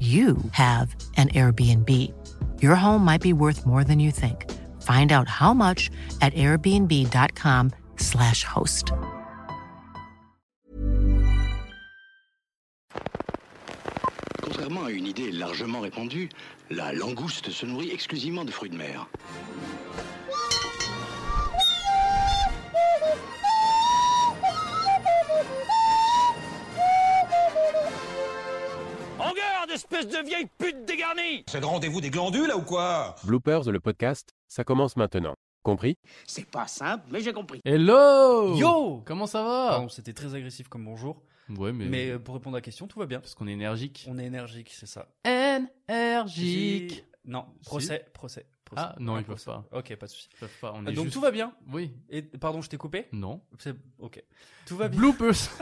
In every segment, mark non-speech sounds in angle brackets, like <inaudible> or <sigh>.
you have an Airbnb. Your home might be worth more than you think. Find out how much at airbnb.com/slash host. Contrairement à une idée largement répandue, la langouste se nourrit exclusivement de fruits de mer. En garde, espèce de vieille pute dégarnie C'est le rendez-vous des glandules, là, ou quoi Bloopers, le podcast, ça commence maintenant. Compris C'est pas simple, mais j'ai compris. Hello Yo Comment ça va Pardon, c'était très agressif comme bonjour. Ouais, mais, Mais euh, pour répondre à la question, tout va bien. parce qu'on est énergique. On est énergique, c'est ça. Énergique J- Non, procès, procès, procès. Ah, non, Un ils peuvent procès. pas. Ok, pas de souci. Peuvent pas, on est Ah, Donc juste- tout va bien Oui. Et pardon, je t'ai coupé Non. C'est ok. Tout va bien. <laughs> Bloopers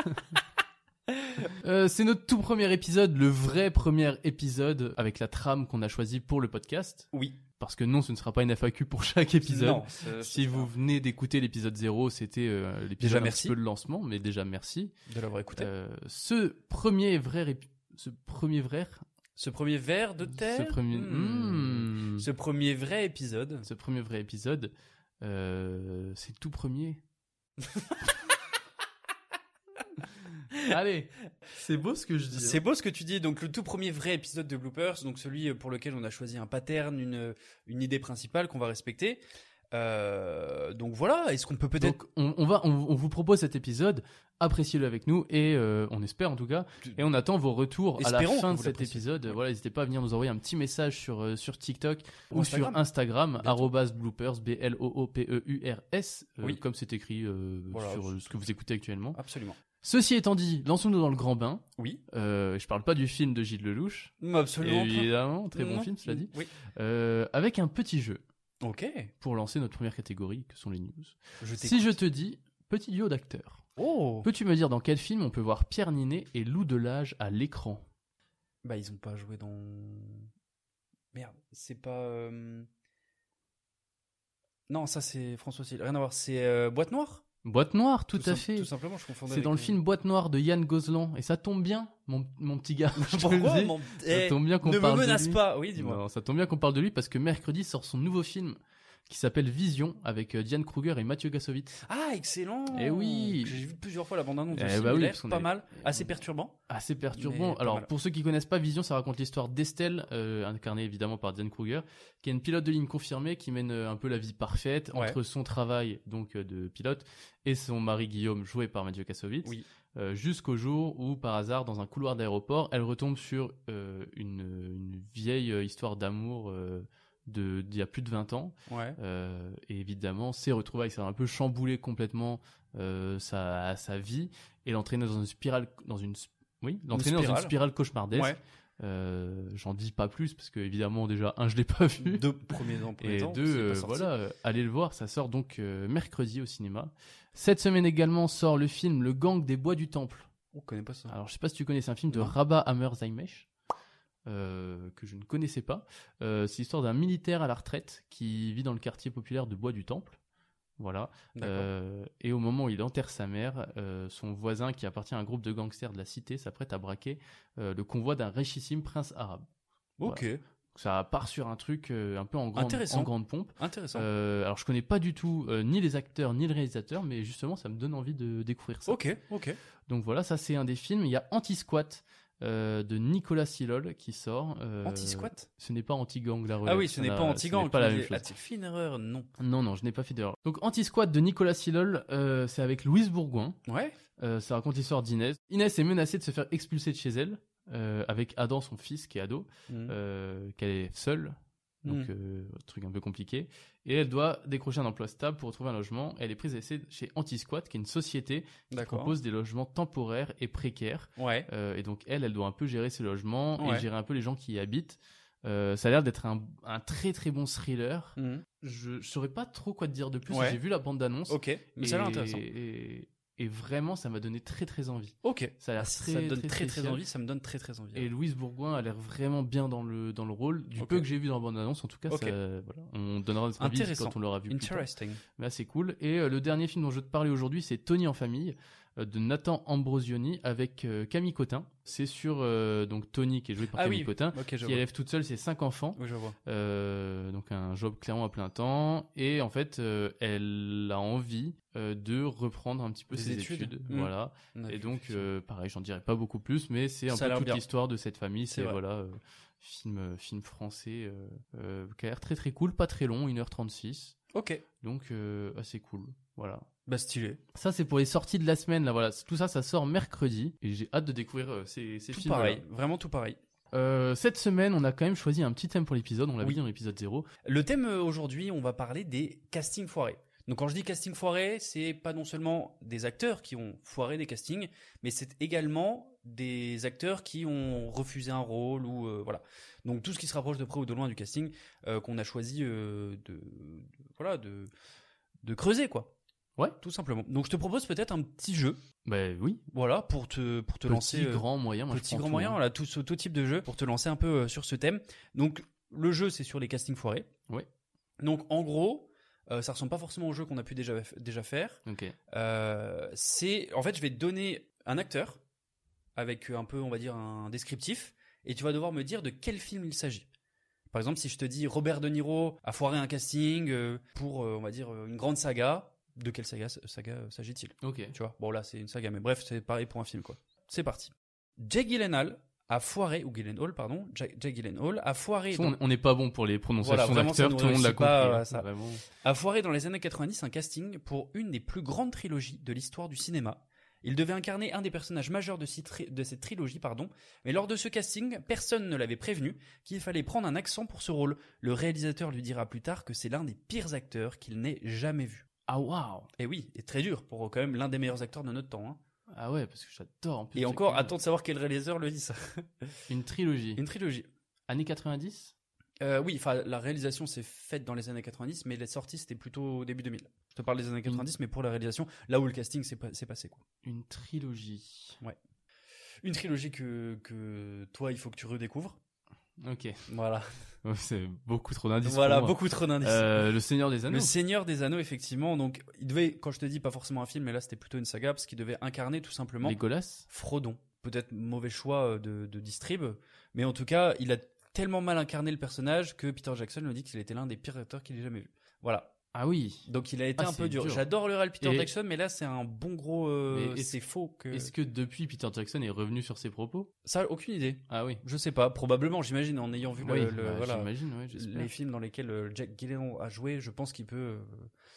Euh, c'est notre tout premier épisode, le vrai premier épisode avec la trame qu'on a choisie pour le podcast. Oui. Parce que non, ce ne sera pas une FAQ pour chaque épisode. Non, c'est- Si vous venez d'écouter l'épisode 0, c'était euh, l'épisode Déjà, un merci. petit peu de lancement, mais déjà merci. de l'avoir écouté. Euh, ce premier vrai rép- ce premier vrai ce premier verre de terre. ce premier Hmm. Hmm. Ce premier vrai épisode. ce premier vrai épisode, euh, c'est le tout <laughs> premier. Allez, c'est beau ce que je dis. hein. C'est beau ce que tu dis. Donc le tout premier vrai épisode de Bloopers, donc celui pour lequel on a choisi un pattern, une, une idée principale qu'on va respecter. Euh, donc voilà. Est-ce qu'on peut peut-être Donc on, on va, on, on vous propose cet épisode, appréciez-le avec nous et euh, on espère en tout cas et on attend vos retours à la Espérons fin que de vous cet l'appréciez. épisode. Oui. Voilà, n'hésitez pas à venir nous envoyer un petit message sur euh, sur TikTok Ou ou Instagram. sur Instagram Bientôt. arrobase @bloopers b l o o p e u r s euh, Oui. comme c'est écrit euh, Voilà, sur je- euh, ce que vous écoutez actuellement. Absolument. Ceci étant dit, lançons-nous dans le grand bain. Oui. Euh, je parle pas du film de Gilles Lelouch. Mm, Absolument. Évidemment, pas. très bon Non. film, cela dit. Oui. Euh, avec un petit jeu Ok. pour lancer notre première catégorie, que sont les news. Je Si je te dis petit duo d'acteurs, Oh. peux-tu me dire dans quel film on peut voir Pierre Ninet et Lou Delage à l'écran Bah ils ont pas joué dans. Merde. C'est pas. euh, Non, ça c'est François Civil. Rien à voir. C'est euh, Boîte Noire. Boîte noire, tout, sim- à fait. Tout simplement, je confondais. C'est avec, dans le euh, <laughs> film Boîte noire de Yann Goslan et ça tombe bien, mon, mon petit <laughs> gars. <laughs> je te le Pourquoi dis. mon- Ça Eh, tombe bien qu'on Ne me parle de menace lui. pas. Oui, dis-moi. Non, ça tombe bien qu'on parle de lui parce que mercredi sort son nouveau film qui s'appelle Vision avec euh, Diane Kruger et Mathieu Gassovitz. Ah, excellent Eh oui. J'ai vu plusieurs fois la bande-annonce de Eh ce film, bah il oui, a l'air parce qu'on pas est- mal, assez on- perturbant. Assez Mais perturbant. pas Alors, mal. pour ceux qui connaissent pas Vision, ça raconte l'histoire d'Estelle, euh, incarnée évidemment par Diane Kruger, qui est une pilote de ligne confirmée qui mène euh, un peu la vie parfaite Ouais. entre son travail donc euh, de pilote et son mari Guillaume, joué par Mathieu Kassovitz, Oui. euh, jusqu'au jour où, par hasard, dans un couloir d'aéroport, elle retombe sur euh, une, une vieille euh, histoire d'amour euh, de- d'il y a plus de 20 ans. Ouais. Euh, et évidemment, ces retrouvailles, ça va un peu chambouler complètement euh, sa, sa vie et l'entraîner dans une spirale, dans une, sp- oui, l'entraîner dans une spirale. spirale cauchemardesque. ouais. Euh, J'en dis pas plus parce que évidemment déjà un je l'ai pas vu Deux <laughs> premiers ans, premiers et temps, deux c'est pas euh, sorti. voilà euh, allez le voir ça sort donc euh, mercredi au cinéma. Cette semaine également sort le film Le Gang des Bois du Temple. On connaît pas ça. Ah, Alors je sais pas si tu connais c'est un film de Non. Rabat Hammer Zaimesh euh, que je ne connaissais pas. Euh, c'est l'histoire d'un militaire à la retraite qui vit dans le quartier populaire de Bois du Temple. Voilà. D'accord. Euh, et au moment où il enterre sa mère, euh, son voisin qui appartient à un groupe de gangsters de la cité s'apprête à braquer euh, le convoi d'un richissime prince arabe. Ok. Voilà. Ça part sur un truc euh, un peu en grande, Intéressant. en grande pompe. Intéressant. Euh, alors je connais pas du tout euh, ni les acteurs ni le réalisateur, mais justement ça me donne envie de découvrir ça. Ok, ok. Donc voilà, ça c'est un des films. Il y a Anti-Squat euh, de Nicolas Silol qui sort. euh, Anti-Squat Ce n'est pas Anti-Gang la ah relève, oui, ce ça n'est n'a- pas anti-gang. pas la tu même dis- chose. As-tu fait une erreur Non. Non, non, je n'ai pas fait d'erreur. Donc, Anti-Squad de Nicolas Silol, euh, c'est avec Louise Bourgoin. Ouais. Euh, ça raconte l'histoire d'Inès. Inès est menacée de se faire expulser de chez elle, euh, avec Adam, son fils, qui est ado, Mhm. euh, qu'elle est seule. Donc, Mhm. euh, truc un peu compliqué. Et elle doit décrocher un emploi stable pour trouver un logement. Elle est prise à essai chez Anti-Squad, qui est une société qui D'accord. propose des logements temporaires et précaires. Ouais. Euh, et donc, elle, elle doit un peu gérer ses logements Ouais. et gérer un peu les gens qui y habitent. Euh, ça a l'air d'être un, un très très bon thriller. Mhm. Je, je saurais pas trop quoi te dire de plus. Ouais. J'ai vu la bande d'annonce. Ok, mais ça a l'air Et- intéressant. Et, et vraiment, ça m'a donné très très envie. Ok. Ça a l'air Ah, très, ça me donne très très spécial. envie. Ça me donne très très envie. Et Louise Bourgoin a l'air vraiment bien dans le, dans le rôle. Du peu Ok. que j'ai vu dans la bande annonce, en tout cas, Ok. ça- voilà. on donnera notre avis Intéressant. quand on l'aura vu. plus tard. Interesting. Mais là, c'est cool. Et euh, le dernier film dont je veux te parler aujourd'hui, c'est Tony en famille euh, de Nathan Ambrosioni avec euh, Camille Cotin. C'est sur euh, donc Tony qui est joué par Ah Camille oui. Cotin, Ok, je qui vois. élève toute seule ses cinq enfants. Oui, je vois. Euh, donc un job clairement à plein temps. Et en fait, euh, elle a envie euh, de reprendre un petit peu Des ses études. études. Mmh. Voilà. On a Et vu donc, euh, pareil, j'en dirais pas beaucoup plus, mais c'est un Ça a peu l'air toute bien. l'histoire de cette famille. C'est C'est vrai. voilà, euh, film, film français euh, euh, qui a l'air très très cool, pas très long, 1h36. Ok. Donc euh, assez cool, voilà. Bah stylé. Ça c'est pour les sorties de la semaine là, voilà. Tout ça, ça sort mercredi et j'ai hâte de découvrir euh, ces, ces Tout films. pareil. Vraiment tout pareil. Euh, cette semaine, on a quand même choisi un petit thème pour l'épisode. On l'a Oui. vu dans l'épisode 0. Le thème euh, aujourd'hui, on va parler des castings foirés. Donc quand je dis casting foiré, c'est pas non seulement des acteurs qui ont foiré des castings, mais c'est également des acteurs qui ont refusé un rôle ou euh, voilà. Donc tout ce qui se rapproche de près ou de loin du casting euh, qu'on a choisi euh, de, de- voilà de de creuser quoi. Ouais. tout simplement. Donc je te propose peut-être un petit jeu, Ben oui. voilà, pour te pour te Petit, lancer euh, grand, moyen. Moi, je petit prends grand tout, moyen, hein. voilà, tout, ce- tout type de jeu pour te lancer un peu euh, sur ce thème. Donc, le jeu, c'est sur les castings foirés. Ouais. Donc, en gros, euh, ça ressemble pas forcément au jeu qu'on a pu déjà, déjà faire. hein. Ok. Euh, c'est, en fait, je vais te donner un acteur avec euh, un peu, on va dire, un descriptif, et tu vas devoir me dire de quel film il s'agit. Par exemple, si je te dis Robert De Niro a foiré un casting euh, pour, euh, on va dire, euh, une grande saga, de quelle saga, saga euh, s'agit-il Ok. tu vois, bon là c'est une saga, mais bref, c'est pareil pour un film quoi. C'est parti. Jake Gyllenhaal a foiré, ou Gyllenhaal, pardon, Jack, Jake Gyllenhaal a foiré, dans, On on n'est pas bon pour les Voilà, prononciations vraiment, ça d'acteurs, nous tout le monde l'a réussit pas, compris. hein. Bah, ouais, ça. Vraiment. a foiré dans les années 90 un casting pour une des plus grandes trilogies de l'histoire du cinéma. Il devait incarner un des personnages majeurs de, cette tri- de cette trilogie, pardon, mais lors de ce casting, personne ne l'avait prévenu qu'il fallait prendre un accent pour ce rôle. Le réalisateur lui dira plus tard que c'est l'un des pires acteurs qu'il n'ait jamais vu. Ah waouh. Et oui, et très dur pour quand même l'un des meilleurs acteurs de notre temps. hein. Ah ouais, parce que j'adore. en plus, Et c'est encore, cool. attends de savoir quel réalisateur le dit ça. <laughs> Une trilogie. Une trilogie. Années 90. Euh, oui, enfin, la réalisation s'est faite dans les années 90, mais les sorties c'était plutôt au début 2000. Je te parle des Mm. années 90, mais pour la réalisation, là où le casting s'est pa- s'est passé. Quoi. Une <laughs> trilogie. Une trilogie que, que toi, il faut que tu redécouvres. Ok. Voilà, C'est beaucoup trop d'indices. voilà pour moi. beaucoup trop d'indices. Euh, le Seigneur des Anneaux. Le Seigneur des Anneaux, effectivement. Donc, il devait, quand je te dis pas forcément un film, mais là c'était plutôt une saga, parce qu'il devait incarner tout simplement Legolas. Frodon. Peut-être mauvais choix euh, de, de distrib, mais en tout cas, il a tellement mal incarné le personnage que Peter Jackson nous dit qu'il était l'un des pires acteurs qu'il ait jamais vu. Voilà. Ah oui. Donc il a été Ah, un peu c'est dur. dur. J'adore le réel Peter Et- Jackson, mais là c'est un bon gros. euh, Mais est-ce- c'est faux que. Est-ce que depuis Peter Jackson est revenu sur ses propos Ça, aucune idée. Ah oui. Je sais pas. Probablement, j'imagine, en ayant vu le, Oui, le- bah, voilà, j'imagine, ouais, j'espère. les films dans lesquels euh, Jack Gyllenhaal a joué, je pense qu'il peut, euh,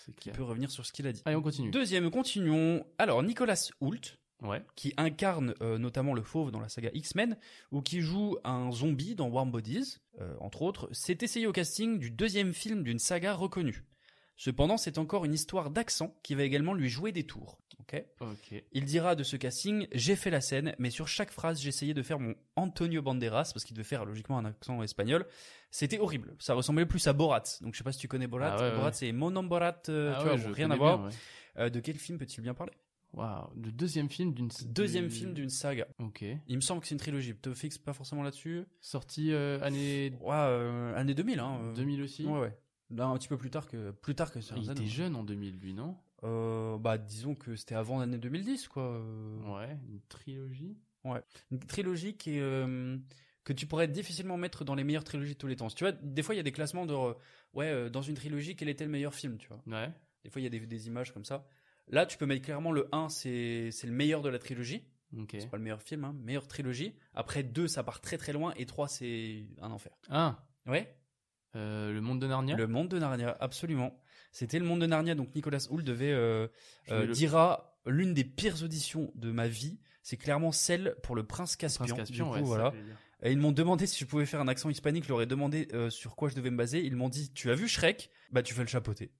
C'est qu'il clair. peut revenir sur ce qu'il a dit. Allez, on continue. Deuxième, continuons. Alors Nicolas Hoult, Ouais. qui incarne euh, notamment le fauve dans la saga X-Men, ou qui joue un zombie dans Warm Bodies, euh, entre autres, s'est essayé au casting du deuxième film d'une saga reconnue. Cependant, c'est encore une histoire d'accent qui va également lui jouer des tours. ok Ok. il dira de ce casting J'ai fait la scène, mais sur chaque phrase, j'essayais de faire mon Antonio Banderas, parce qu'il devait faire logiquement un accent espagnol. C'était horrible. Ça ressemblait plus à Borat. Donc je sais pas si tu connais Borat. Ah ouais, Borat, ouais. c'est Mon nom Borat, euh, Ah tu ouais, vois, je rien à connais voir. bien, ouais. Euh, de quel film peut-il bien parler Waouh, le deuxième film d'une Deuxième du- film d'une saga. Ok. Il me semble que c'est une trilogie. Te fixe pas forcément là-dessus. Sorti euh, année Ouais, euh, année 2000. Hein, euh. 2000 aussi. Ouais, ouais. Là, un petit peu plus tard que plus tard que Il Tarzan. était jeune en 2000 lui, non Euh, bah, disons que c'était avant l'année 2010, quoi. euh. Ouais, une trilogie. Ouais. Une trilogie qui est, euh, que tu pourrais difficilement mettre dans les meilleures trilogies de tous les temps. Tu vois, des fois, il y a des classements de. euh, ouais, euh, dans une trilogie, quel était le meilleur film, tu vois. Ouais. Des fois, il y a des, des images comme ça. Là, tu peux mettre clairement le 1, c'est c'est le meilleur de la trilogie. Ok. C'est pas le meilleur film, hein, meilleure trilogie. Après 2, ça part très très loin. Et 3, c'est un enfer. Ah, Ouais. euh, le monde de Narnia. Le monde de Narnia, absolument. C'était le monde de Narnia, donc Nicolas Hoult devait euh, Je euh, vais le- dira l'une des pires auditions de ma vie. C'est clairement celle pour le prince Caspian. Prince Caspian, du coup, ouais, ça, voilà. je vais dire. Et ils m'ont demandé si je pouvais faire un accent hispanique. Je leur ai demandé euh, sur quoi je devais me baser. Ils m'ont dit "Tu as vu Shrek Bah tu fais le chapeauter."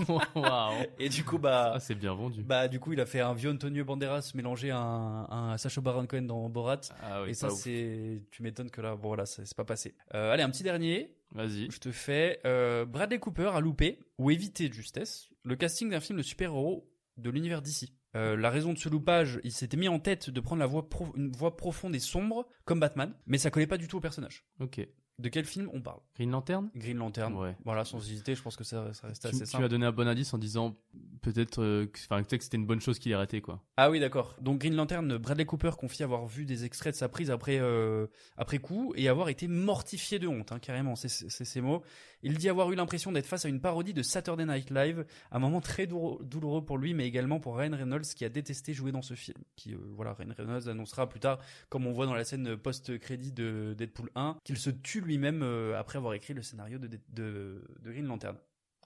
<laughs> Waouh. Et du coup bah Ah, c'est bien vendu. bah du coup il a fait un vieux Antonio Banderas mélangé à un, à un Sacha Baron Cohen dans Borat. Ah oui, Et ça pas ouf. c'est tu m'étonnes que là bon voilà ça- c'est pas passé. Euh, allez un petit dernier. Vas-y. Je te fais euh, Bradley Cooper a loupé ou évité de justesse le casting d'un film de super-héros de l'univers d'ici. la raison de ce loupage, il s'était mis en tête de prendre la voix pro- une voix profonde et sombre comme Batman, mais ça collait pas du tout au personnage. Ok. De quel film on parle Green Lantern Green Lantern. Ouais. Voilà, sans hésiter, je pense que ça, ça reste Tu, assez tu as simple. donné un bon indice en disant peut-être euh, que, enfin, peut-être que c'était une bonne chose qu'il ait raté quoi. Ah oui, d'accord. Donc Green Lantern, euh, Bradley Cooper confie avoir vu des extraits de sa prise après, euh, après coup et avoir été mortifié de honte, hein, carrément, c'est c'est ses mots. Il dit avoir eu l'impression d'être face à une parodie de Saturday Night Live, un moment très douro- douloureux pour lui, mais également pour Ryan Reynolds qui a détesté jouer dans ce film. Qui, euh, voilà, Ryan Reynolds annoncera plus tard, comme on voit dans la scène post-crédit de Deadpool 1, qu'il se tue lui-même euh, après avoir écrit le scénario de, Dead- de, de Green Lantern.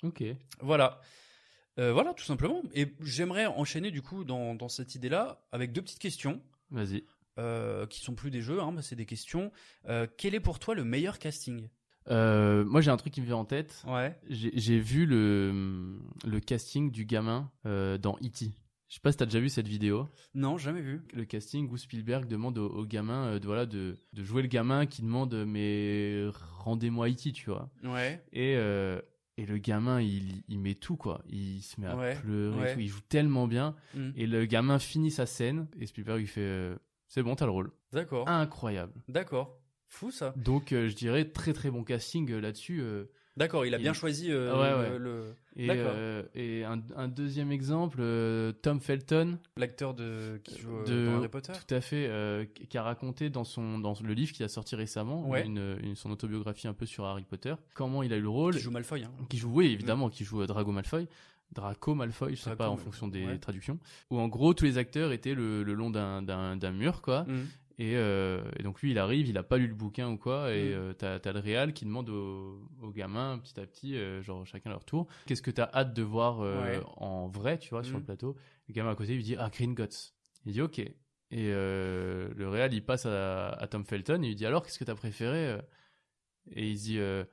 Ok. Voilà. Euh, voilà, tout simplement. Et j'aimerais enchaîner du coup dans, dans cette idée-là avec deux petites questions Vas-y. euh, qui sont plus des jeux, hein, mais c'est des questions. Euh, quel est pour toi le meilleur casting Euh, moi j'ai un truc qui me vient en tête. Ouais. J'ai j'ai vu le, le casting du gamin euh, dans E.T. Je sais pas si t'as déjà vu cette vidéo. Non, jamais vu. Le casting où Spielberg demande au, au gamin euh, de, voilà, de, de jouer le gamin qui demande euh, mais rendez-moi E.T. tu vois. Ouais. Et, euh, et le gamin il, il met tout quoi. Il se met à Ouais, pleurer et ouais. tout. Il joue tellement bien. Mm. Et le gamin finit sa scène et Spielberg il fait euh, c'est bon t'as le rôle. D'accord. Incroyable. D'accord. Fou ça. Donc euh, je dirais très très bon casting euh, là-dessus. euh. D'accord, il a Il- bien choisi euh, Ah ouais, le- ouais. le- et D'accord. euh, et un, un deuxième exemple euh, Tom Felton l'acteur de qui joue euh, de dans Harry Potter. tout à fait euh, qui qui a raconté dans son dans le livre qu'il a sorti récemment Ouais. une, une- son autobiographie un peu sur Harry Potter comment il a eu le rôle Qui joue Malfoy. Hein. qui joue, oui, évidemment, qui joue euh, Drago Malfoy. Draco Malfoy, je sais Draco, pas en mais- fonction des ouais. traductions. Où en gros, tous les acteurs étaient le, le long d'un- d'un d'un mur, quoi. Mm. Et, euh, et donc lui, il arrive, il a pas lu le bouquin ou quoi, et Mm. euh, t'as t'as le réal qui demande aux, aux gamins petit à petit, euh, genre chacun leur tour, qu'est-ce que t'as hâte de voir euh, Ouais. en vrai, tu vois, sur Mm. le plateau. Le gamin à côté lui dit ah Green Gots. Il dit ok. Et euh, le réal il passe à, à Tom Felton et il dit alors qu'est-ce que t'as préféré euh? Et il dit euh,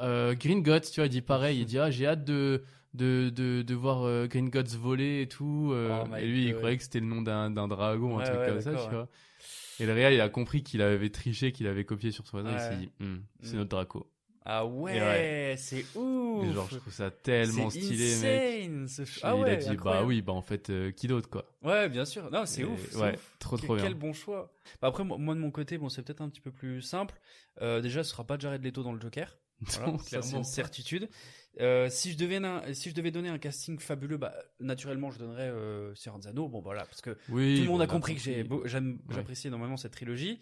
Euh, Green Gots, tu vois, il dit pareil, il dit ah j'ai hâte de de, de, de voir euh, Green Gods voler et tout. euh, Oh my et lui il God. croyait que c'était le nom d'un d'un dragon, un Ouais, truc ouais, comme ça, tu d'accord, ouais. vois. Et le Real, il a compris qu'il avait triché, qu'il avait copié sur son Ouais. voisin. Il s'est dit, Hum, c'est Mm. notre Draco. Ah ouais, ouais. c'est Mais ouf. genre, je trouve ça tellement C'est stylé, mec. insane, ce f- Et Ah ouais, il a dit, incroyable. bah oui, bah en fait, euh, qui d'autre, quoi. Ouais, bien sûr. Non, c'est Et ouf. c'est ouais, ouf. trop, Que- trop bien. Quel bon choix. Bah après, moi moi, de mon côté, bon, c'est peut-être un petit peu plus simple. Euh, déjà, ce sera pas Jared Leto dans le <laughs> Joker. Voilà, Non, ça c'est clairement. une certitude. Euh, si je devais un- si je devais donner un casting fabuleux, bah naturellement, je donnerais euh, Serrano. Bon, voilà, parce que Oui, tout le monde bon, bah, a on compris que j'ai beau- j'aime- Ouais. j'apprécie énormément cette trilogie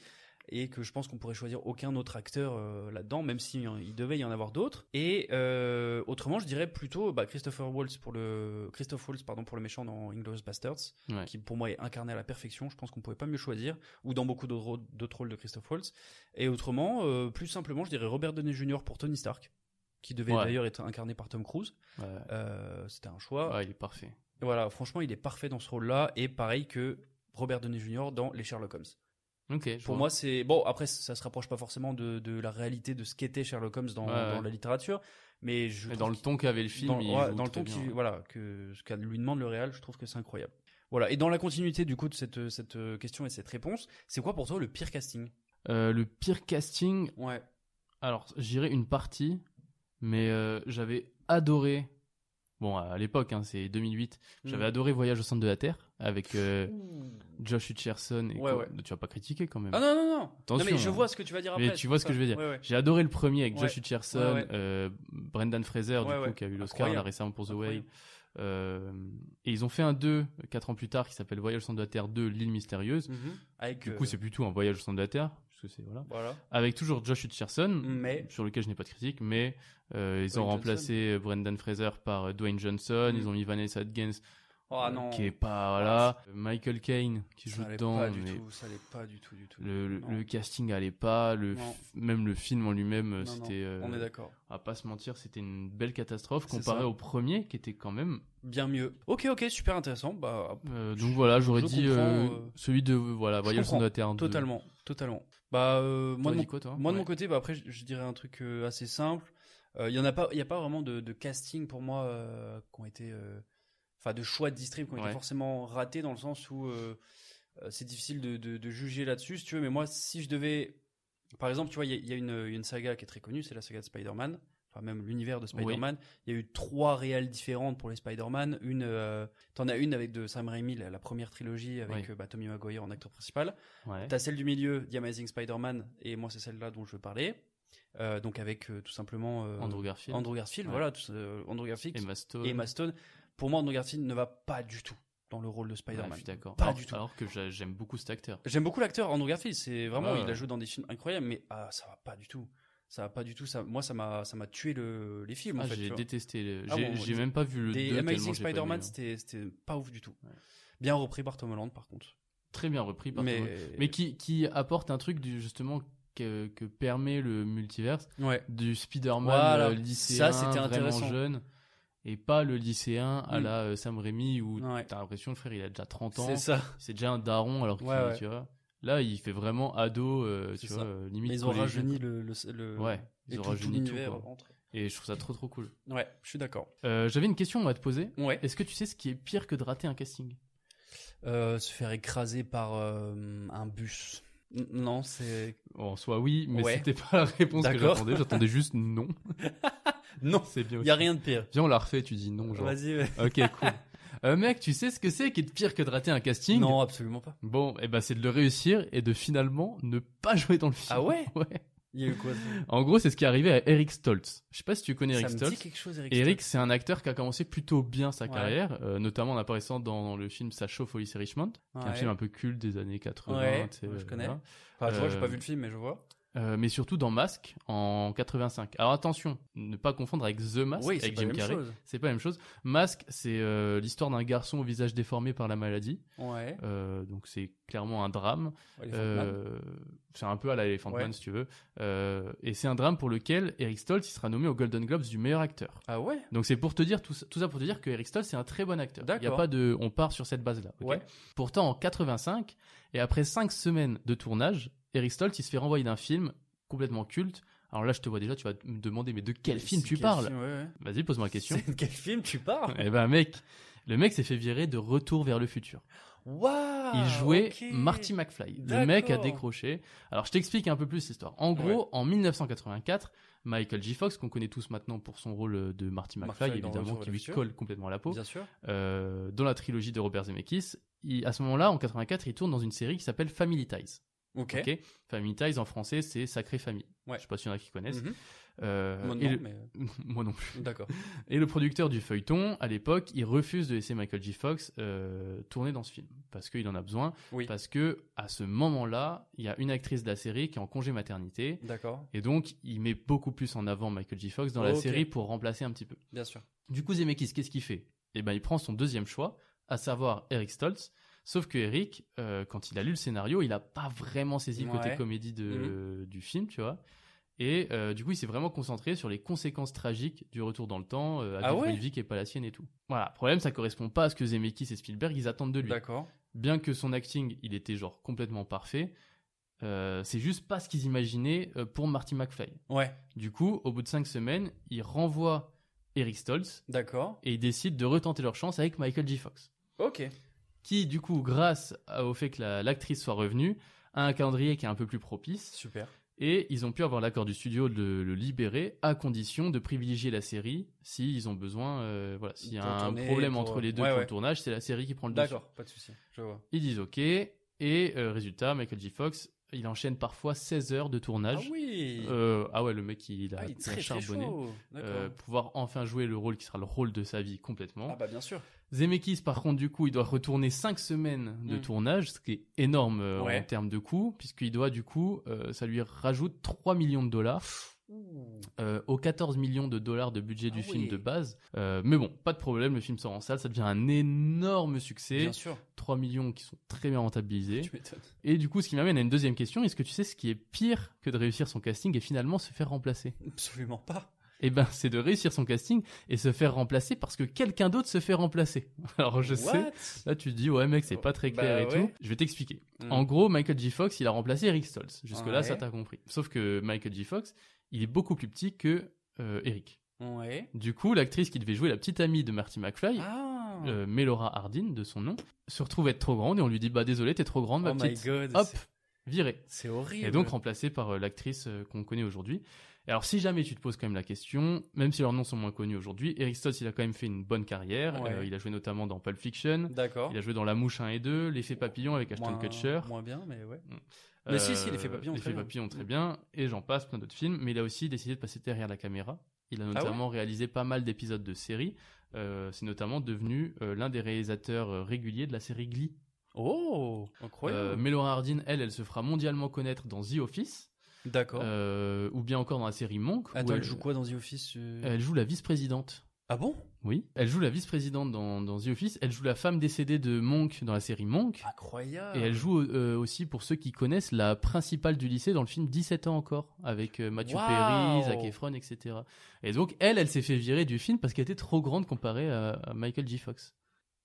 et que je pense qu'on pourrait choisir aucun autre acteur euh, là-dedans, même si hein, il devait y en avoir d'autres. Et euh, autrement, je dirais plutôt bah, Christopher Waltz pour le Christophe Waltz pardon pour le méchant dans Inglourious Basterds, Ouais. qui pour moi est incarné à la perfection. Je pense qu'on pouvait pas mieux choisir, ou dans beaucoup d'autres rôles- d'autres rôles de Christophe Waltz. Et autrement, euh, plus simplement, je dirais Robert Downey Jr. pour Tony Stark, qui devait Ouais. d'ailleurs être incarné par Tom Cruise. Ouais, Euh, C'était un choix. ouais, il est parfait. Et Voilà, franchement, il est parfait dans ce rôle-là et pareil que Robert Downey Jr. dans Les Sherlock Holmes. Ok, je Pour vois. moi, c'est bon. Après, ça se rapproche pas forcément de, de la réalité de ce qu'était Sherlock Holmes dans, Ouais, dans ouais. la littérature, mais je Mais trouve dans le qu'il- ton qu'avait le film, dans, il ouais, joue dans le très ton bien. qui, voilà, que ce qu'a lui demande le réal, je trouve que c'est incroyable. Voilà. Et dans la continuité du coup de cette cette euh, question et cette réponse, c'est quoi pour toi le pire casting Euh, le pire casting, Ouais. alors, j'irai une partie, mais euh, j'avais adoré. Bon, à l'époque, hein, c'est 2008. J'avais Mm. adoré Voyage au centre de la Terre. avec euh, Josh Hutcherson. Et Ouais, co- ouais. Tu vas pas critiquer quand même. Ah non, non, non. Attention, non, mais je hein. vois ce que tu vas dire après. Mais tu vois c'est ce que ça. je veux dire. Ouais, ouais. J'ai adoré le premier avec Josh Ouais. Hutcherson, Ouais, ouais. euh, Brendan Fraser, du Ouais, coup, ouais. qui a eu l'Oscar Incroyable. là, récemment pour The Wave. Incroyable. Euh, et ils ont fait un 2, 4 ans plus tard, qui s'appelle Voyage au centre de la Terre 2, L'île mystérieuse. Mhm. Avec, du euh, coup, c'est plutôt un voyage au centre de la Terre, puisque c'est voilà. Voilà. Avec toujours Josh Hutcherson, Mais- sur lequel je n'ai pas de critique, mais euh, ils Dwayne ont Johnson. remplacé euh, Brendan Fraser par euh, Dwayne Johnson, Mhm. ils ont mis Vanessa Hudgens, Oh euh, non. qui est pas voilà, Euh, Michael Caine qui joue ça allait dedans, pas du mais tout. Ça allait pas du tout, du tout. le, le- Non. le casting allait pas, le Non. f- même le film en lui-même, euh, Non, non, c'était. euh, on est d'accord. À pas se mentir, c'était une belle catastrophe C'est comparée ça. au premier qui était quand même. Bien mieux. Ok, ok, super intéressant. Bah, Euh, donc voilà, j'aurais je dit comprends, euh, euh, celui de voilà, je Voyage comprends. sur la Terre 2. Totalement, totalement. Bah, euh, moi, T'aurais de mon, dit quoi, toi moi, de Ouais. mon côté, bah, après, je, je dirais un truc euh, assez simple. Il y en a pas, il y a pas vraiment de, de casting pour moi euh, qui ont été, euh, enfin, de choix de distrib qui ont été Ouais. forcément ratés dans le sens où euh, euh, c'est difficile de, de- de juger là-dessus, si tu veux. Mais moi, si je devais, par exemple, tu vois, il y a- il y, a une- il y a une saga qui est très connue, c'est la saga de Spider-Man. Enfin, même l'univers de Spider-Man. Il y a eu trois réelles différentes pour les Spider-Man. Une, euh, t'en as une avec de Sam Raimi, la, la première trilogie avec Oui. euh, bah, Tommy Maguire en acteur principal. Ouais. T'as celle du milieu, The Amazing Spider-Man, et moi c'est celle-là dont je veux parler. Euh, donc avec euh, tout simplement euh, Andrew Garfield. Andrew Garfield, Ouais. voilà, tout, euh, Andrew Garfield, Emma Stone. et Emma Stone. Pour moi, Andrew Garfield ne va pas du tout dans le rôle de Spider-Man. Ouais, Ah, je suis d'accord. Pas Alors- du tout. Alors que j'a- j'aime beaucoup cet acteur. J'aime beaucoup l'acteur Andrew Garfield, c'est vraiment, Ouais, il ouais. a joué dans des films incroyables, mais ah, ça va pas du tout. Ça va pas du tout. Ça, moi, ça m'a, ça m'a tué le, les films. en Ah, fait, tu j'ai vois. détesté. le- Ah J'ai bon, j'ai des- même pas vu le Des 2. Amazing tellement j'ai pas aimé, Spider-Man, hein. c'était, c'était pas ouf du tout. Ouais. Bien repris par Tom Holland, par contre. Très bien repris par Mais- Tom Holland. Mais qui, qui apporte un truc du, justement que, que permet le multiverse Ouais. du Spider-Man Voilà. euh, Ça, lycéen c'était vraiment intéressant. jeune et pas le lycéen à Mm. la euh, Sam Raimi où Ouais. t'as l'impression le frère il a déjà 30 ans. C'est ça. C'est déjà un daron alors qu'il Ouais, ouais. tu vois. Là, il fait vraiment ado, euh, C'est tu ça. vois, euh, limite. Mais ils ont collégien, rajeuni quoi. le, le- le- Ouais, et ils tout- ont tout rajeuni tout. l'univers hein. quoi. entre- Et je trouve ça trop trop cool. Ouais, je suis d'accord. Euh, J'avais une question à te poser. Ouais. Est-ce que tu sais ce qui est pire que de rater un casting Euh, se faire écraser par euh, un bus. N- Non, <laughs> c'est. En soi, oui, mais Ouais. c'était pas la réponse que D'accord. j'attendais. J'attendais juste non. <laughs> Non, C'est bien il aussi. n'y a rien de pire. Viens, on la refait. Tu dis non, genre. Vas-y. ouais. Ok, <laughs> cool. Euh, mec, tu sais ce que c'est qui est de pire que de rater un casting Non, absolument pas. Bon, eh ben, c'est de le réussir et de finalement ne pas jouer dans le film. Ah ouais <laughs> Ouais. Il y a eu quoi ça En gros, c'est ce qui est arrivé à Eric Stoltz. Je sais pas si tu connais Eric Ça me dit Stoltz. quelque chose, Eric. Eric, Stoltz. c'est un acteur qui a commencé plutôt bien sa Ouais. carrière, euh, notamment en apparaissant dans le film Ça chauffe au lycée Richmond, qui est un Ouais. film un peu culte des années 80. Ouais, tu sais, ouais, je euh, connais. voilà. Enfin, je vois, j'ai pas euh, vu le film, mais je vois. Euh, mais surtout dans Masque en 85. Alors attention, ne pas confondre avec The Mask Oui, c'est avec pas la Jim même Carrey. chose. C'est pas la même chose. Masque, c'est euh, l'histoire d'un garçon au visage déformé par la maladie. Ouais. Euh, donc c'est clairement un drame. Elephant Man. Euh, c'est un peu à la Elephant Ouais. Man, si tu veux. Euh, et c'est un drame pour lequel Eric Stoltz il sera nommé au Golden Globes du meilleur acteur. Ah ouais Donc c'est pour te dire tout ça, tout ça pour te dire que Eric Stoltz c'est un très bon acteur. Il y a D'accord. pas de, on part sur cette base là. Ouais. Pourtant en 85 et après 5 semaines de tournage, Eric Stoltz il se fait renvoyer d'un film complètement culte. Alors là je te vois déjà, tu vas me demander mais de quel film C'est tu quel parles film, ouais, ouais. Vas-y pose-moi la question. <laughs> C'est de quel film tu parles <laughs> Eh ben mec, le mec s'est fait virer de Retour vers le futur. Waouh Il jouait Ah, ok. Marty McFly. Le mec a D'accord. décroché. Alors, je t'explique un peu plus l'histoire. En gros, en 1984, Michael J. Fox, qu'on connaît tous maintenant pour son rôle de Marty McFly, McFly dans évidemment, Retour qui vers le lui futur. colle complètement à la peau, Bien sûr. euh, dans la trilogie de Robert Zemeckis, il- à ce moment-là, en 84, il tourne dans une série qui s'appelle Family Ties. Ok. Ok Family Ties, en français, c'est Sacrée Famille. Ouais. Je sais pas s'il y en a qui connaissent. Mhm. Euh, Moi, et non, le- <laughs> mais- Moi non plus. D'accord. Et le producteur du feuilleton, à l'époque, il refuse de laisser Michael J. Fox euh, tourner dans ce film parce qu'il en a besoin. Oui. Parce que à ce moment-là, il y a une actrice de la série qui est en congé maternité D'accord. et donc il met beaucoup plus en avant Michael J. Fox dans la Ok. série pour remplacer un petit peu. Bien sûr. Du coup, Zemeckis, qu'est-ce qu'il fait Eh ben, il prend son deuxième choix, à savoir Eric Stoltz. Sauf que Eric, euh, quand il a lu le scénario, il a pas vraiment saisi le côté Ouais. Mm-hmm. comédie de, du film, tu vois. Et euh, du coup, il s'est vraiment concentré sur les conséquences tragiques du retour dans le temps, euh, à Ah vivre ouais une vie qui est pas la sienne et tout. Voilà. Problème, ça correspond pas à ce que Zemeckis et Spielberg ils attendent de lui. D'accord. Bien que son acting, il était genre complètement parfait, euh, c'est juste pas ce qu'ils imaginaient euh, pour Marty McFly. Ouais. Du coup, au bout de cinq semaines, ils renvoient Eric Stoltz D'accord. et ils décident de retenter leur chance avec Michael J. Fox, Ok. qui du coup, grâce à- au fait que la- l'actrice soit revenue, a un calendrier qui est un peu plus propice Super. Et ils ont pu avoir l'accord du studio de le libérer à condition de privilégier la série s'ils ont besoin. euh, voilà, s'il y a Pour un tourner, problème pour- entre les deux Ouais, pour ouais. le tournage, c'est la série qui prend le dessus. D'accord, pas de souci, je vois. Ils disent OK. Et euh, résultat, Michael J. Fox, il enchaîne parfois 16 heures de tournage. Ah oui Euh, Ah ouais, le mec, il a, Ah, il est il a très, très charbonné. chaud. D'accord. Euh, pouvoir enfin jouer le rôle qui sera le rôle de sa vie complètement. Ah bah bien sûr. Zemeckis, par contre, du coup, il doit retourner 5 semaines de Mm. tournage, ce qui est énorme euh, Ouais. en termes de coûts, puisqu'il doit, du coup, euh, ça lui rajoute 3 millions de dollars euh, aux 14 millions de dollars de budget du Ah film ouais. de base. Euh, mais bon, pas de problème, le film sort en salle, ça devient un énorme succès. Bien sûr. 3 millions qui sont très bien rentabilisés. Tu m'étonnes. Et du coup, ce qui m'amène à une deuxième question, est-ce que tu sais ce qui est pire que de réussir son casting et finalement se faire remplacer Absolument pas. eh ben, c'est de réussir son casting et se faire remplacer parce que quelqu'un d'autre se fait remplacer. <laughs> Alors, je What sais. Là, tu te dis, ouais, mec, c'est pas très Bah clair et ouais. tout. Je vais t'expliquer. Mm. En gros, Michael J. Fox, il a remplacé Eric Stoltz. Jusque-là, Ouais. ça t'a compris. Sauf que Michael J. Fox, il est beaucoup plus petit que euh, Eric. Mm. Ouais. Du coup, l'actrice qui devait jouer la petite amie de Marty McFly, Ah euh, Melora Hardin, de son nom, se retrouve être trop grande et on lui dit, bah, désolé, t'es trop grande, ma Oh my petite. God, Hop, c'est- virée. C'est horrible. Et donc remplacée par euh, l'actrice euh, qu'on connaît aujourd'hui. Et Alors si jamais tu te poses quand même la question, même si leurs noms sont moins connus aujourd'hui, Eric Stoltz il a quand même fait une bonne carrière. Ouais. Euh, il a joué notamment dans Pulp Fiction. D'accord. Il a joué dans La Mouche 1 et 2, L'effet papillon avec Ashton Moins- Kutcher. Moins bien, mais ouais. Euh, Mais si, si, L'Effet Papillon, L'Effet très bien. Mm. papillon très bien. Et j'en passe plein d'autres films. Mais il a aussi décidé de passer derrière la caméra. Il a Ah ouais notamment réalisé pas mal d'épisodes de séries. Euh, C'est notamment devenu euh, l'un des réalisateurs euh, réguliers de la série Glee. Oh Incroyable. Euh, Melora Hardin, elle, elle se fera mondialement connaître dans The Office. D'accord. Euh, ou bien encore dans la série Monk. où Attends, elle joue quoi dans The Office euh Elle joue la vice-présidente. Ah bon Oui. Elle joue la vice-présidente dans, dans The Office. Elle joue la femme décédée de Monk dans la série Monk. Incroyable. Et elle joue euh, aussi, pour ceux qui connaissent, la principale du lycée dans le film 17 ans encore, avec euh, Matthew Waouh Perry, Zac Efron, etc. Et donc, elle, elle s'est fait virer du film parce qu'elle était trop grande comparée à, à Michael J. Fox.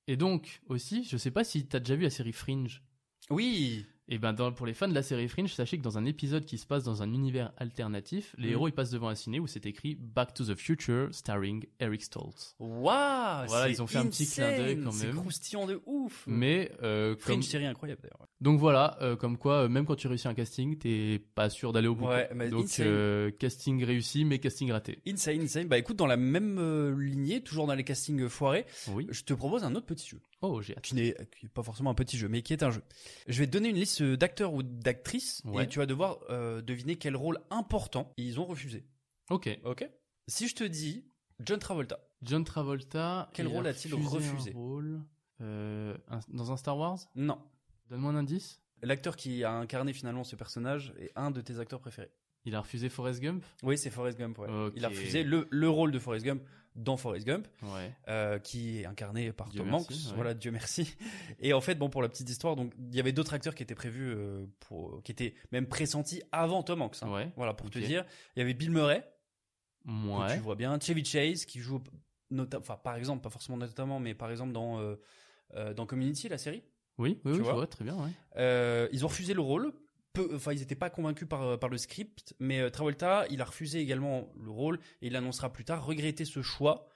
Et donc, aussi, je sais pas si t'as déjà vu la série Fringe. Oui Et ben dans- pour les fans de la série Fringe, sachez que dans un épisode qui se passe dans un univers alternatif, les Mhm. héros ils passent devant un ciné où c'est écrit Back to the Future starring Eric Stoltz. Waouh Voilà, c'est ils ont fait un petit clin d'œil insane, quand C'est même. croustillant de ouf. Mais euh, Mm. Fringe, comme- série incroyable d'ailleurs. donc voilà, euh, comme quoi euh, même quand tu réussis un casting, t'es pas sûr d'aller au bout. Ouais, quoi. mais Donc insane. euh, casting réussi mais casting raté. Insane, insane. Bah écoute, dans la même euh, lignée, toujours dans les castings euh, foirés, Oui. je te propose un autre petit jeu. Oh, j'ai hâte. Qui n'est qui est pas forcément un petit jeu, mais qui est un jeu. Je vais te donner une liste euh, d'acteurs ou d'actrices Ouais. et tu vas devoir euh, deviner quel rôle important ils ont refusé. Ok. Ok Si je te dis John Travolta. John Travolta. Quel il rôle a-t-il refusé un refusé rôle, euh, un- dans un Star Wars Non. Donne-moi un indice. L'acteur qui a incarné finalement ce personnage est un de tes acteurs préférés. Il a refusé Forrest Gump. Oui, c'est Forrest Gump. ouais. Ok. Il a refusé le, le rôle de Forrest Gump dans Forrest Gump, Ouais. euh, qui est incarné par Dieu Tom merci, Hanks. ouais. Voilà, Dieu merci. <laughs> Et en fait, bon, pour la petite histoire, donc il y avait d'autres acteurs qui étaient prévus, euh, pour, qui étaient même pressentis avant Tom Hanks. hein. Ouais. Voilà, pour Ok. te dire, il y avait Bill Murray, que Ouais. tu vois bien, Chevy Chase, qui joue, nota- enfin, par exemple, pas forcément notamment, mais par exemple dans, euh, euh, dans Community, la série. Oui, Tu oui, oui, je vois vois, très bien, ouais. Euh, ils ont refusé le rôle. Peu- Enfin, ils n'étaient pas convaincus par, euh, par le script, mais euh, Travolta, il a refusé également le rôle et il annoncera plus tard regretter ce choix.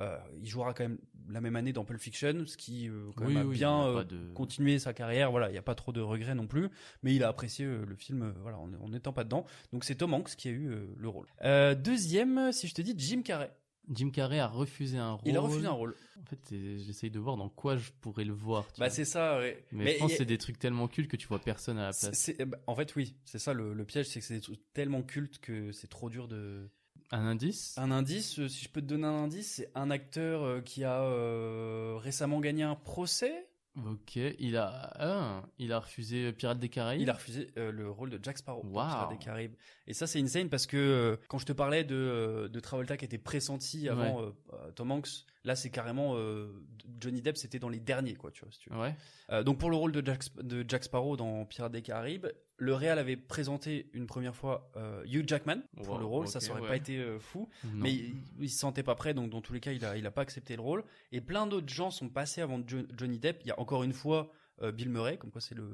Euh, il jouera quand même la même année dans Pulp Fiction, ce qui euh, quand Oui, même a oui, il bien y a pas euh, de- continué sa carrière. Voilà, il n'y a pas trop de regrets non plus, mais il a apprécié euh, le film. euh, voilà, en en n'étant pas dedans. Donc c'est Tom Hanks qui a eu euh, le rôle. Euh, deuxième, si je te dis Jim Carrey, Jim Carrey a refusé un rôle. il a refusé un rôle. En fait, c'est- j'essaye de voir dans quoi je pourrais le voir. tu Bah vois. c'est ça. ouais. Mais, je il y pense que a- c'est des trucs tellement cultes que tu vois personne à la place. C'est- c'est- bah, en fait, oui, c'est ça le, le piège, c'est que c'est des trucs tellement cultes que c'est trop dur de. Un indice Un indice, euh, si je peux te donner un indice, c'est un acteur euh, qui a euh, récemment gagné un procès. Ok, il a, ah, il a refusé Pirates des Caraïbes. Il a refusé euh, le rôle de Jack Sparrow dans Waouh. Pirates des Caraïbes. Et ça, c'est insane parce que euh, quand je te parlais de, euh, de Travolta qui était pressenti avant euh, Tom Hanks, là, c'est carrément euh, Johnny Depp, c'était dans les derniers, quoi, tu vois. si tu veux. Ouais. Euh, donc pour le rôle de Jack, Sp- de Jack Sparrow dans Pirates des Caraïbes, le Real avait présenté une première fois euh, Hugh Jackman pour Wow, le rôle, ça ok, ça aurait ouais. pas été euh, fou, Non. mais il, il se sentait pas prêt, donc dans tous les cas il a, il a pas accepté le rôle. Et plein d'autres gens sont passés avant Jo- Johnny Depp. Il y a encore une fois euh, Bill Murray, comme quoi c'est le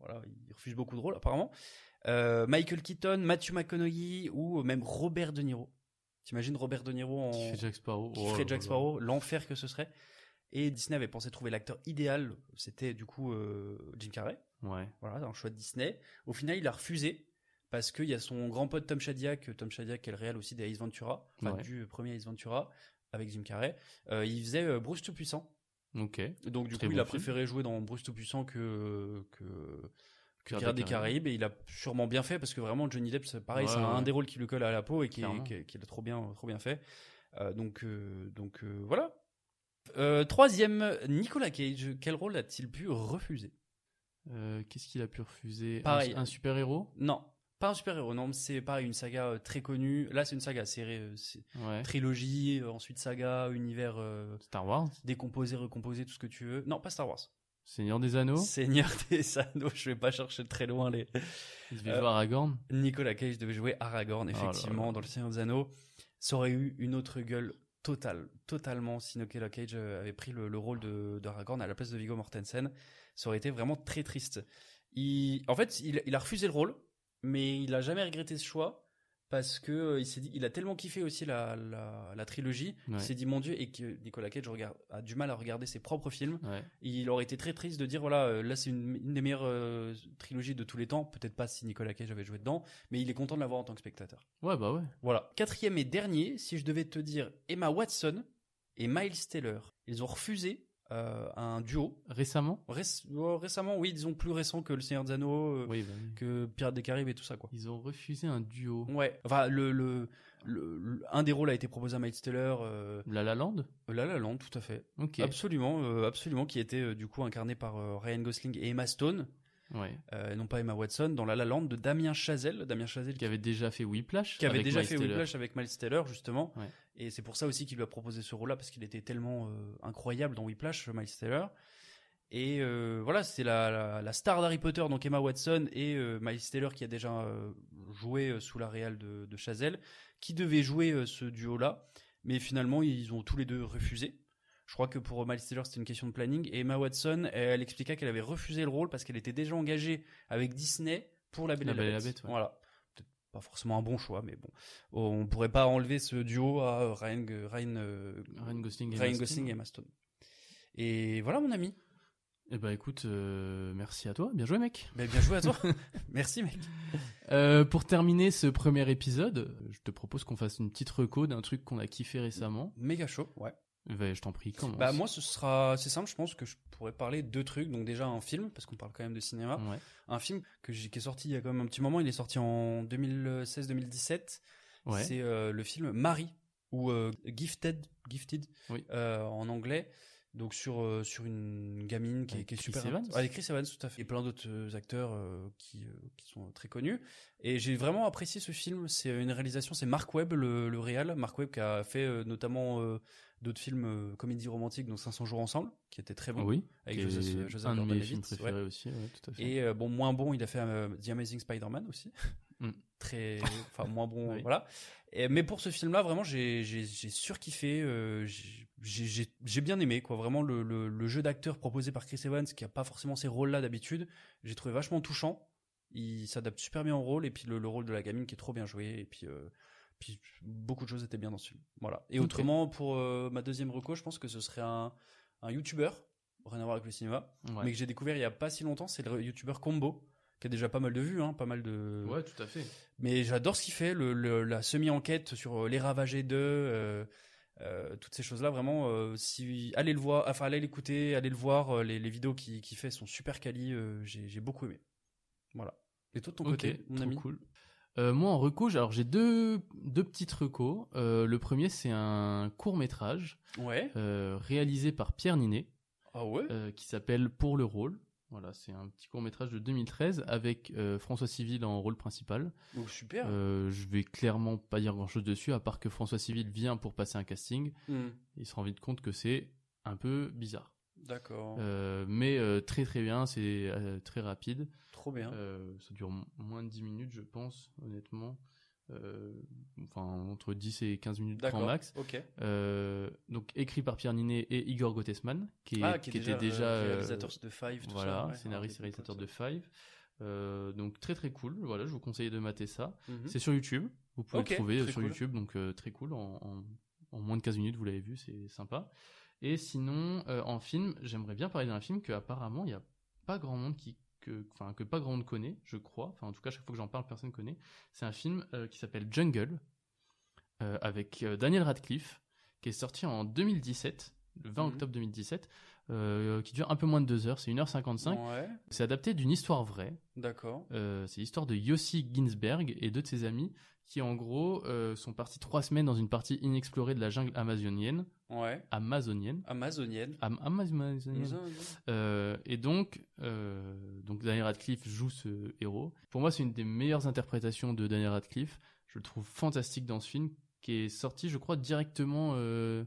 voilà, il refuse beaucoup de rôles apparemment. Euh, Michael Keaton, Matthew McConaughey ou même Robert De Niro. T'imagines Robert De Niro en Qui fait Jack Sparrow. qui Oh ferait là Jack là. Sparrow, l'enfer que ce serait. Et Disney avait pensé trouver l'acteur idéal, c'était du coup euh, Jim Carrey. Ouais. Voilà, un choix de Disney. Au final, il a refusé parce qu'il y a son grand pote Tom Shadyac, euh, Tom Shadyac qui est le réel aussi des Ace Ventura, enfin Ouais. du euh, premier Ace Ventura avec Jim Carrey, euh, il faisait euh, Bruce Tout-Puissant. Ok. Donc du Très coup, bon il a film. préféré jouer dans Bruce Tout-Puissant que que que Pirates Pirates des des Caraïbes et il a sûrement bien fait parce que vraiment Johnny Depp, c'est pareil, Ouais, c'est un ouais. des rôles qui lui colle à la peau et qui Clairement. qui- qu'il a trop bien trop bien fait. Euh, donc euh, donc euh, voilà. Euh, troisième, Nicolas Cage, quel rôle a-t-il pu refuser Euh, Qu'est-ce qu'il a pu refuser Un- Pareil. Un, super héros. Non, pas un super-héros, non, mais c'est pareil, une saga euh, très connue. Là, c'est une saga, c'est euh, c'est Ouais. trilogie, euh, ensuite saga, univers euh, Star Wars. décomposé, recomposé, tout ce que tu veux. Non, pas Star Wars. Seigneur des Anneaux. Seigneur des Anneaux, je vais pas chercher très loin les. Il devait Euh, jouer Aragorn. Oh Nicolas Cage devait jouer Aragorn, là là. effectivement, dans Le Seigneur des Anneaux. Ça aurait eu une autre gueule totale, totalement, si Nicolas Cage euh, avait pris le, le rôle de- d'Aragorn à la place de Viggo Mortensen. Ça aurait été vraiment très triste. Il, en fait, il, il a refusé le rôle, mais il a jamais regretté ce choix parce que euh, il s'est dit, il a tellement kiffé aussi la, la, la trilogie, Ouais. il s'est dit mon Dieu et que Nicolas Cage regarde, a du mal à regarder ses propres films. Ouais. Il aurait été très triste de dire voilà, euh, là c'est une, une des meilleures euh, trilogies de tous les temps. Peut-être pas si Nicolas Cage avait joué dedans, mais il est content de l'avoir en tant que spectateur. Ouais, bah ouais. Voilà. Quatrième et dernier, si je devais te dire Emma Watson et Miles Taylor, ils ont refusé euh, un duo. Récemment. Réc- oh, récemment, oui, disons plus récent que Le Seigneur des Anneaux, euh, Oui, bah oui. que Pirates des Caraïbes et tout ça, quoi. Ils ont refusé un duo. Ouais. Enfin, le, le, le- le- un des rôles a été proposé à Miles Taylor. Euh, La La Land. La La Land, tout à fait. Ok. Absolument, euh, absolument, qui était euh, du coup incarné par euh, Ryan Gosling et Emma Stone, ouais. euh, non pas Emma Watson, dans La La Land de Damien Chazelle, Damien Chazelle Qui qui, avait déjà fait Whiplash. qui avait avec déjà Miles fait Teller. Whiplash avec Miles Taylor justement, Ouais. et c'est pour ça aussi qu'il lui a proposé ce rôle-là parce qu'il était tellement euh, incroyable dans Whiplash, euh, Miles Taylor. Et euh, voilà, c'est la, la, la star d'Harry Potter, donc Emma Watson et euh, Miles Taylor qui a déjà euh, joué euh, sous la réal de, de Chazelle, qui devait jouer euh, ce duo-là, mais finalement ils ont tous les deux refusé. Je crois que pour euh, Miles Taylor, c'était une question de planning. Et Emma Watson, elle, elle expliqua qu'elle avait refusé le rôle parce qu'elle était déjà engagée avec Disney pour La Belle et la, Bête. ouais. Voilà. Peut-être pas forcément un bon choix, mais bon. On pourrait pas enlever ce duo à euh, Ryan, G- Ryan, euh, Ryan Gosling et Ryan Emma Gosling Stone. et Emma Stone. Et voilà, mon ami. Eh bah écoute, euh, merci à toi. Bien joué, mec. Ben, bien joué à toi. Merci, mec. <laughs> Euh, pour terminer ce premier épisode, je te propose qu'on fasse une petite reco d'un truc qu'on a kiffé récemment. Méga chaud, ouais. Bah, je t'en prie, commence. Bah, moi, ce sera. C'est simple, je pense que je pourrais parler de deux trucs. Donc, déjà, un film, parce qu'on parle quand même de cinéma. Ouais. Un film que j'ai- qui est sorti il y a quand même un petit moment. Il est sorti en 2016-2017. Ouais. C'est euh, le film Marie, ou euh, Gifted, Gifted Oui. euh, en anglais. Donc sur, euh, sur une gamine qui, est- Avec qui est Chris super... Evans. Ouais, avec Chris Evans, tout à fait. Et plein d'autres euh, acteurs euh, qui, euh, qui sont très connus. Et j'ai vraiment apprécié ce film. C'est une réalisation, c'est Mark Webb, le, le réal. Mark Webb qui a fait euh, notamment euh, d'autres films euh, comédie romantique, donc 500 jours ensemble, qui était très bon. oui. avec qui est Joseph- euh, Joseph un de mes Gordon-Levitt, films ouais. préférés aussi, ouais, tout à fait. Et euh, bon, moins bon, il a fait euh, The Amazing Spider-Man aussi. Mm. <laughs> Très, enfin, moins bon, <laughs> Oui. voilà. Et- mais pour ce film-là, vraiment, j'ai j'ai- j'ai surkiffé. euh, j'ai- j'ai j'ai- j'ai bien aimé, quoi. Vraiment, le, le- le jeu d'acteur proposé par Chris Evans, qui a pas forcément ces rôles-là d'habitude, j'ai trouvé vachement touchant. Il s'adapte super bien au rôle, et puis le, le rôle de la gamine qui est trop bien joué, et puis. euh, puis beaucoup de choses étaient bien dans ce film. Voilà. Et Ok. autrement, pour euh, ma deuxième reco, je pense que ce serait un, un YouTuber, rien à voir avec le cinéma, Ouais. mais que j'ai découvert il y a pas si longtemps, c'est le youtubeur Combo qui a déjà pas mal de vues, hein, pas mal de. Ouais, tout à fait. Mais j'adore ce qu'il fait, le, le- la semi-enquête sur euh, les ravagés d'eux, euh, euh, toutes ces choses-là, vraiment. euh, si allez le voir, enfin allez l'écouter, allez le voir, euh, les, les vidéos qu'il qui fait sont super quali, euh, j'ai j'ai beaucoup aimé. Voilà. Et toi de ton Ok, côté, mon trop ami. cool. Euh, moi, en reco, j'ai- alors j'ai deux, deux petites recos. Euh, le premier, c'est un court métrage Ouais. euh, réalisé par Pierre Ninet. Ah ouais. euh, qui s'appelle Pour le rôle. Voilà, c'est un petit court métrage de 2013 avec euh, François Civil en rôle principal. Oh, super. Euh, je vais clairement pas dire grand chose dessus, à part que François Civil vient pour passer un casting. Hmm, Il se rend vite compte que c'est un peu bizarre. D'accord. Euh, mais euh, très très bien, c'est euh, très rapide. Trop bien. Euh, ça dure mo- moins de 10 minutes, je pense, honnêtement. Euh, enfin, entre 10 et 15 minutes grand D'accord. max. Ok. Euh, donc écrit par Pierre Ninet et Igor Gottesman, qui, est- Ah, qui, est qui déjà, était déjà euh, euh, réalisateur de Five. Tout voilà, ça, ouais, Ah, scénariste et un des potes. réalisateur de Five. Euh, donc très très cool. Voilà, je vous conseille de mater ça. Mhm. C'est sur YouTube. Vous pouvez Ok, le trouver très sur cool. YouTube, donc euh, très cool. En, en- en moins de 15 minutes, vous l'avez vu, c'est sympa. Et sinon, euh, en film, j'aimerais bien parler d'un film que apparemment il n'y a pas grand monde qui que, enfin, que pas grand monde connaît, je crois. Enfin, en tout cas, chaque fois que j'en parle, personne ne connaît. C'est un film euh, qui s'appelle Jungle, euh, avec euh, Daniel Radcliffe, qui est sorti en 2017, le 20 Mhm. octobre 2017, euh, qui dure un peu moins de 2 heures, c'est 1h55. Ouais. C'est adapté d'une histoire vraie. D'accord. Euh, c'est l'histoire de Yossi Ginsberg et deux de ses amis qui, en gros, euh, sont partis trois semaines dans une partie inexplorée de la jungle amazonienne. Ouais. Amazonienne. Amazonienne. Am- amazonienne. Euh, et donc, euh, donc Daniel Radcliffe joue ce héros. Pour moi, c'est une des meilleures interprétations de Daniel Radcliffe. Je le trouve fantastique dans ce film, qui est sorti, je crois, directement. Euh...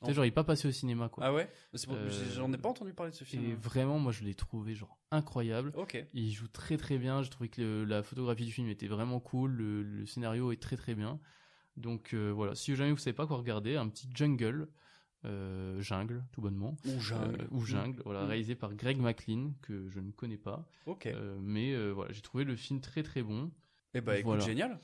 tu sais, En- genre, il n'est pas passé au cinéma, quoi. Ah ouais Mais c'est pour- Euh, J'en ai pas entendu parler de ce film. hein. Et euh, vraiment, moi, je l'ai trouvé genre incroyable. Ok. Il joue très très bien. J'ai trouvé que le- la photographie du film était vraiment cool. Le, le scénario est très très bien. Donc euh, voilà, si jamais vous savez pas quoi regarder, un petit jungle, euh, jungle tout bonnement, Ou Jungle. Euh, ou jungle, Mm. voilà, Mm. réalisé par Greg McLean que je ne connais pas. Ok. Euh, mais euh, voilà, j'ai trouvé le film très très bon. Eh ben, écoute, Voilà. génial.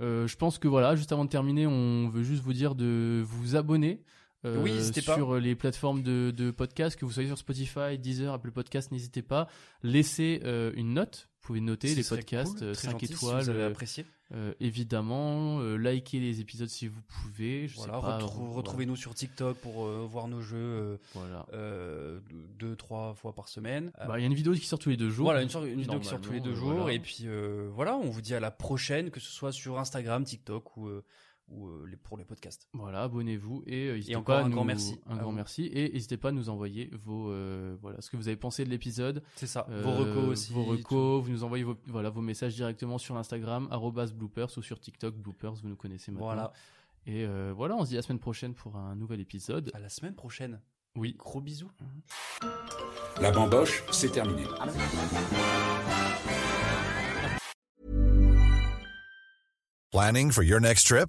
Euh, je pense que voilà, juste avant de terminer, on veut juste vous dire de vous abonner. euh, Oui, n'hésitez pas. sur les plateformes de, de podcast, que vous soyez sur Spotify, Deezer, Apple Podcast, n'hésitez pas. Laissez euh, une note. Vous pouvez noter Ce les serait podcasts, cool, très 5 gentil, si étoiles. vous avez euh, apprécié. euh, évidemment, euh, likez les épisodes si vous pouvez. Je Voilà, sais pas, retrou- voilà. retrouvez-nous sur TikTok pour euh, voir nos jeux euh, Voilà. euh, deux, trois fois par semaine. Bah, Il y a une vidéo qui sort tous les deux jours. Euh, Voilà, une, sorte- une vidéo qui sort tous les Normalement, deux euh, jours. voilà. Et puis euh, voilà, on vous dit à la prochaine, que ce soit sur Instagram, TikTok ou, euh, ou euh, les, pour les podcasts. Voilà, abonnez-vous et euh, n'hésitez Et encore pas à un nous- grand merci Un à grand vous. merci et n'hésitez pas à nous envoyer vos euh, voilà ce que vous avez pensé de l'épisode. C'est ça. Euh, vos recos aussi. Vos tout. recos, vous nous envoyez vos voilà vos messages directement sur l'Instagram @bloopers ou sur TikTok bloopers, vous nous connaissez maintenant. Voilà. Et euh, voilà, on se dit à la semaine prochaine pour un nouvel épisode. À la semaine prochaine. Oui. Gros bisous. La bamboche, c'est terminé. Planning for your next trip?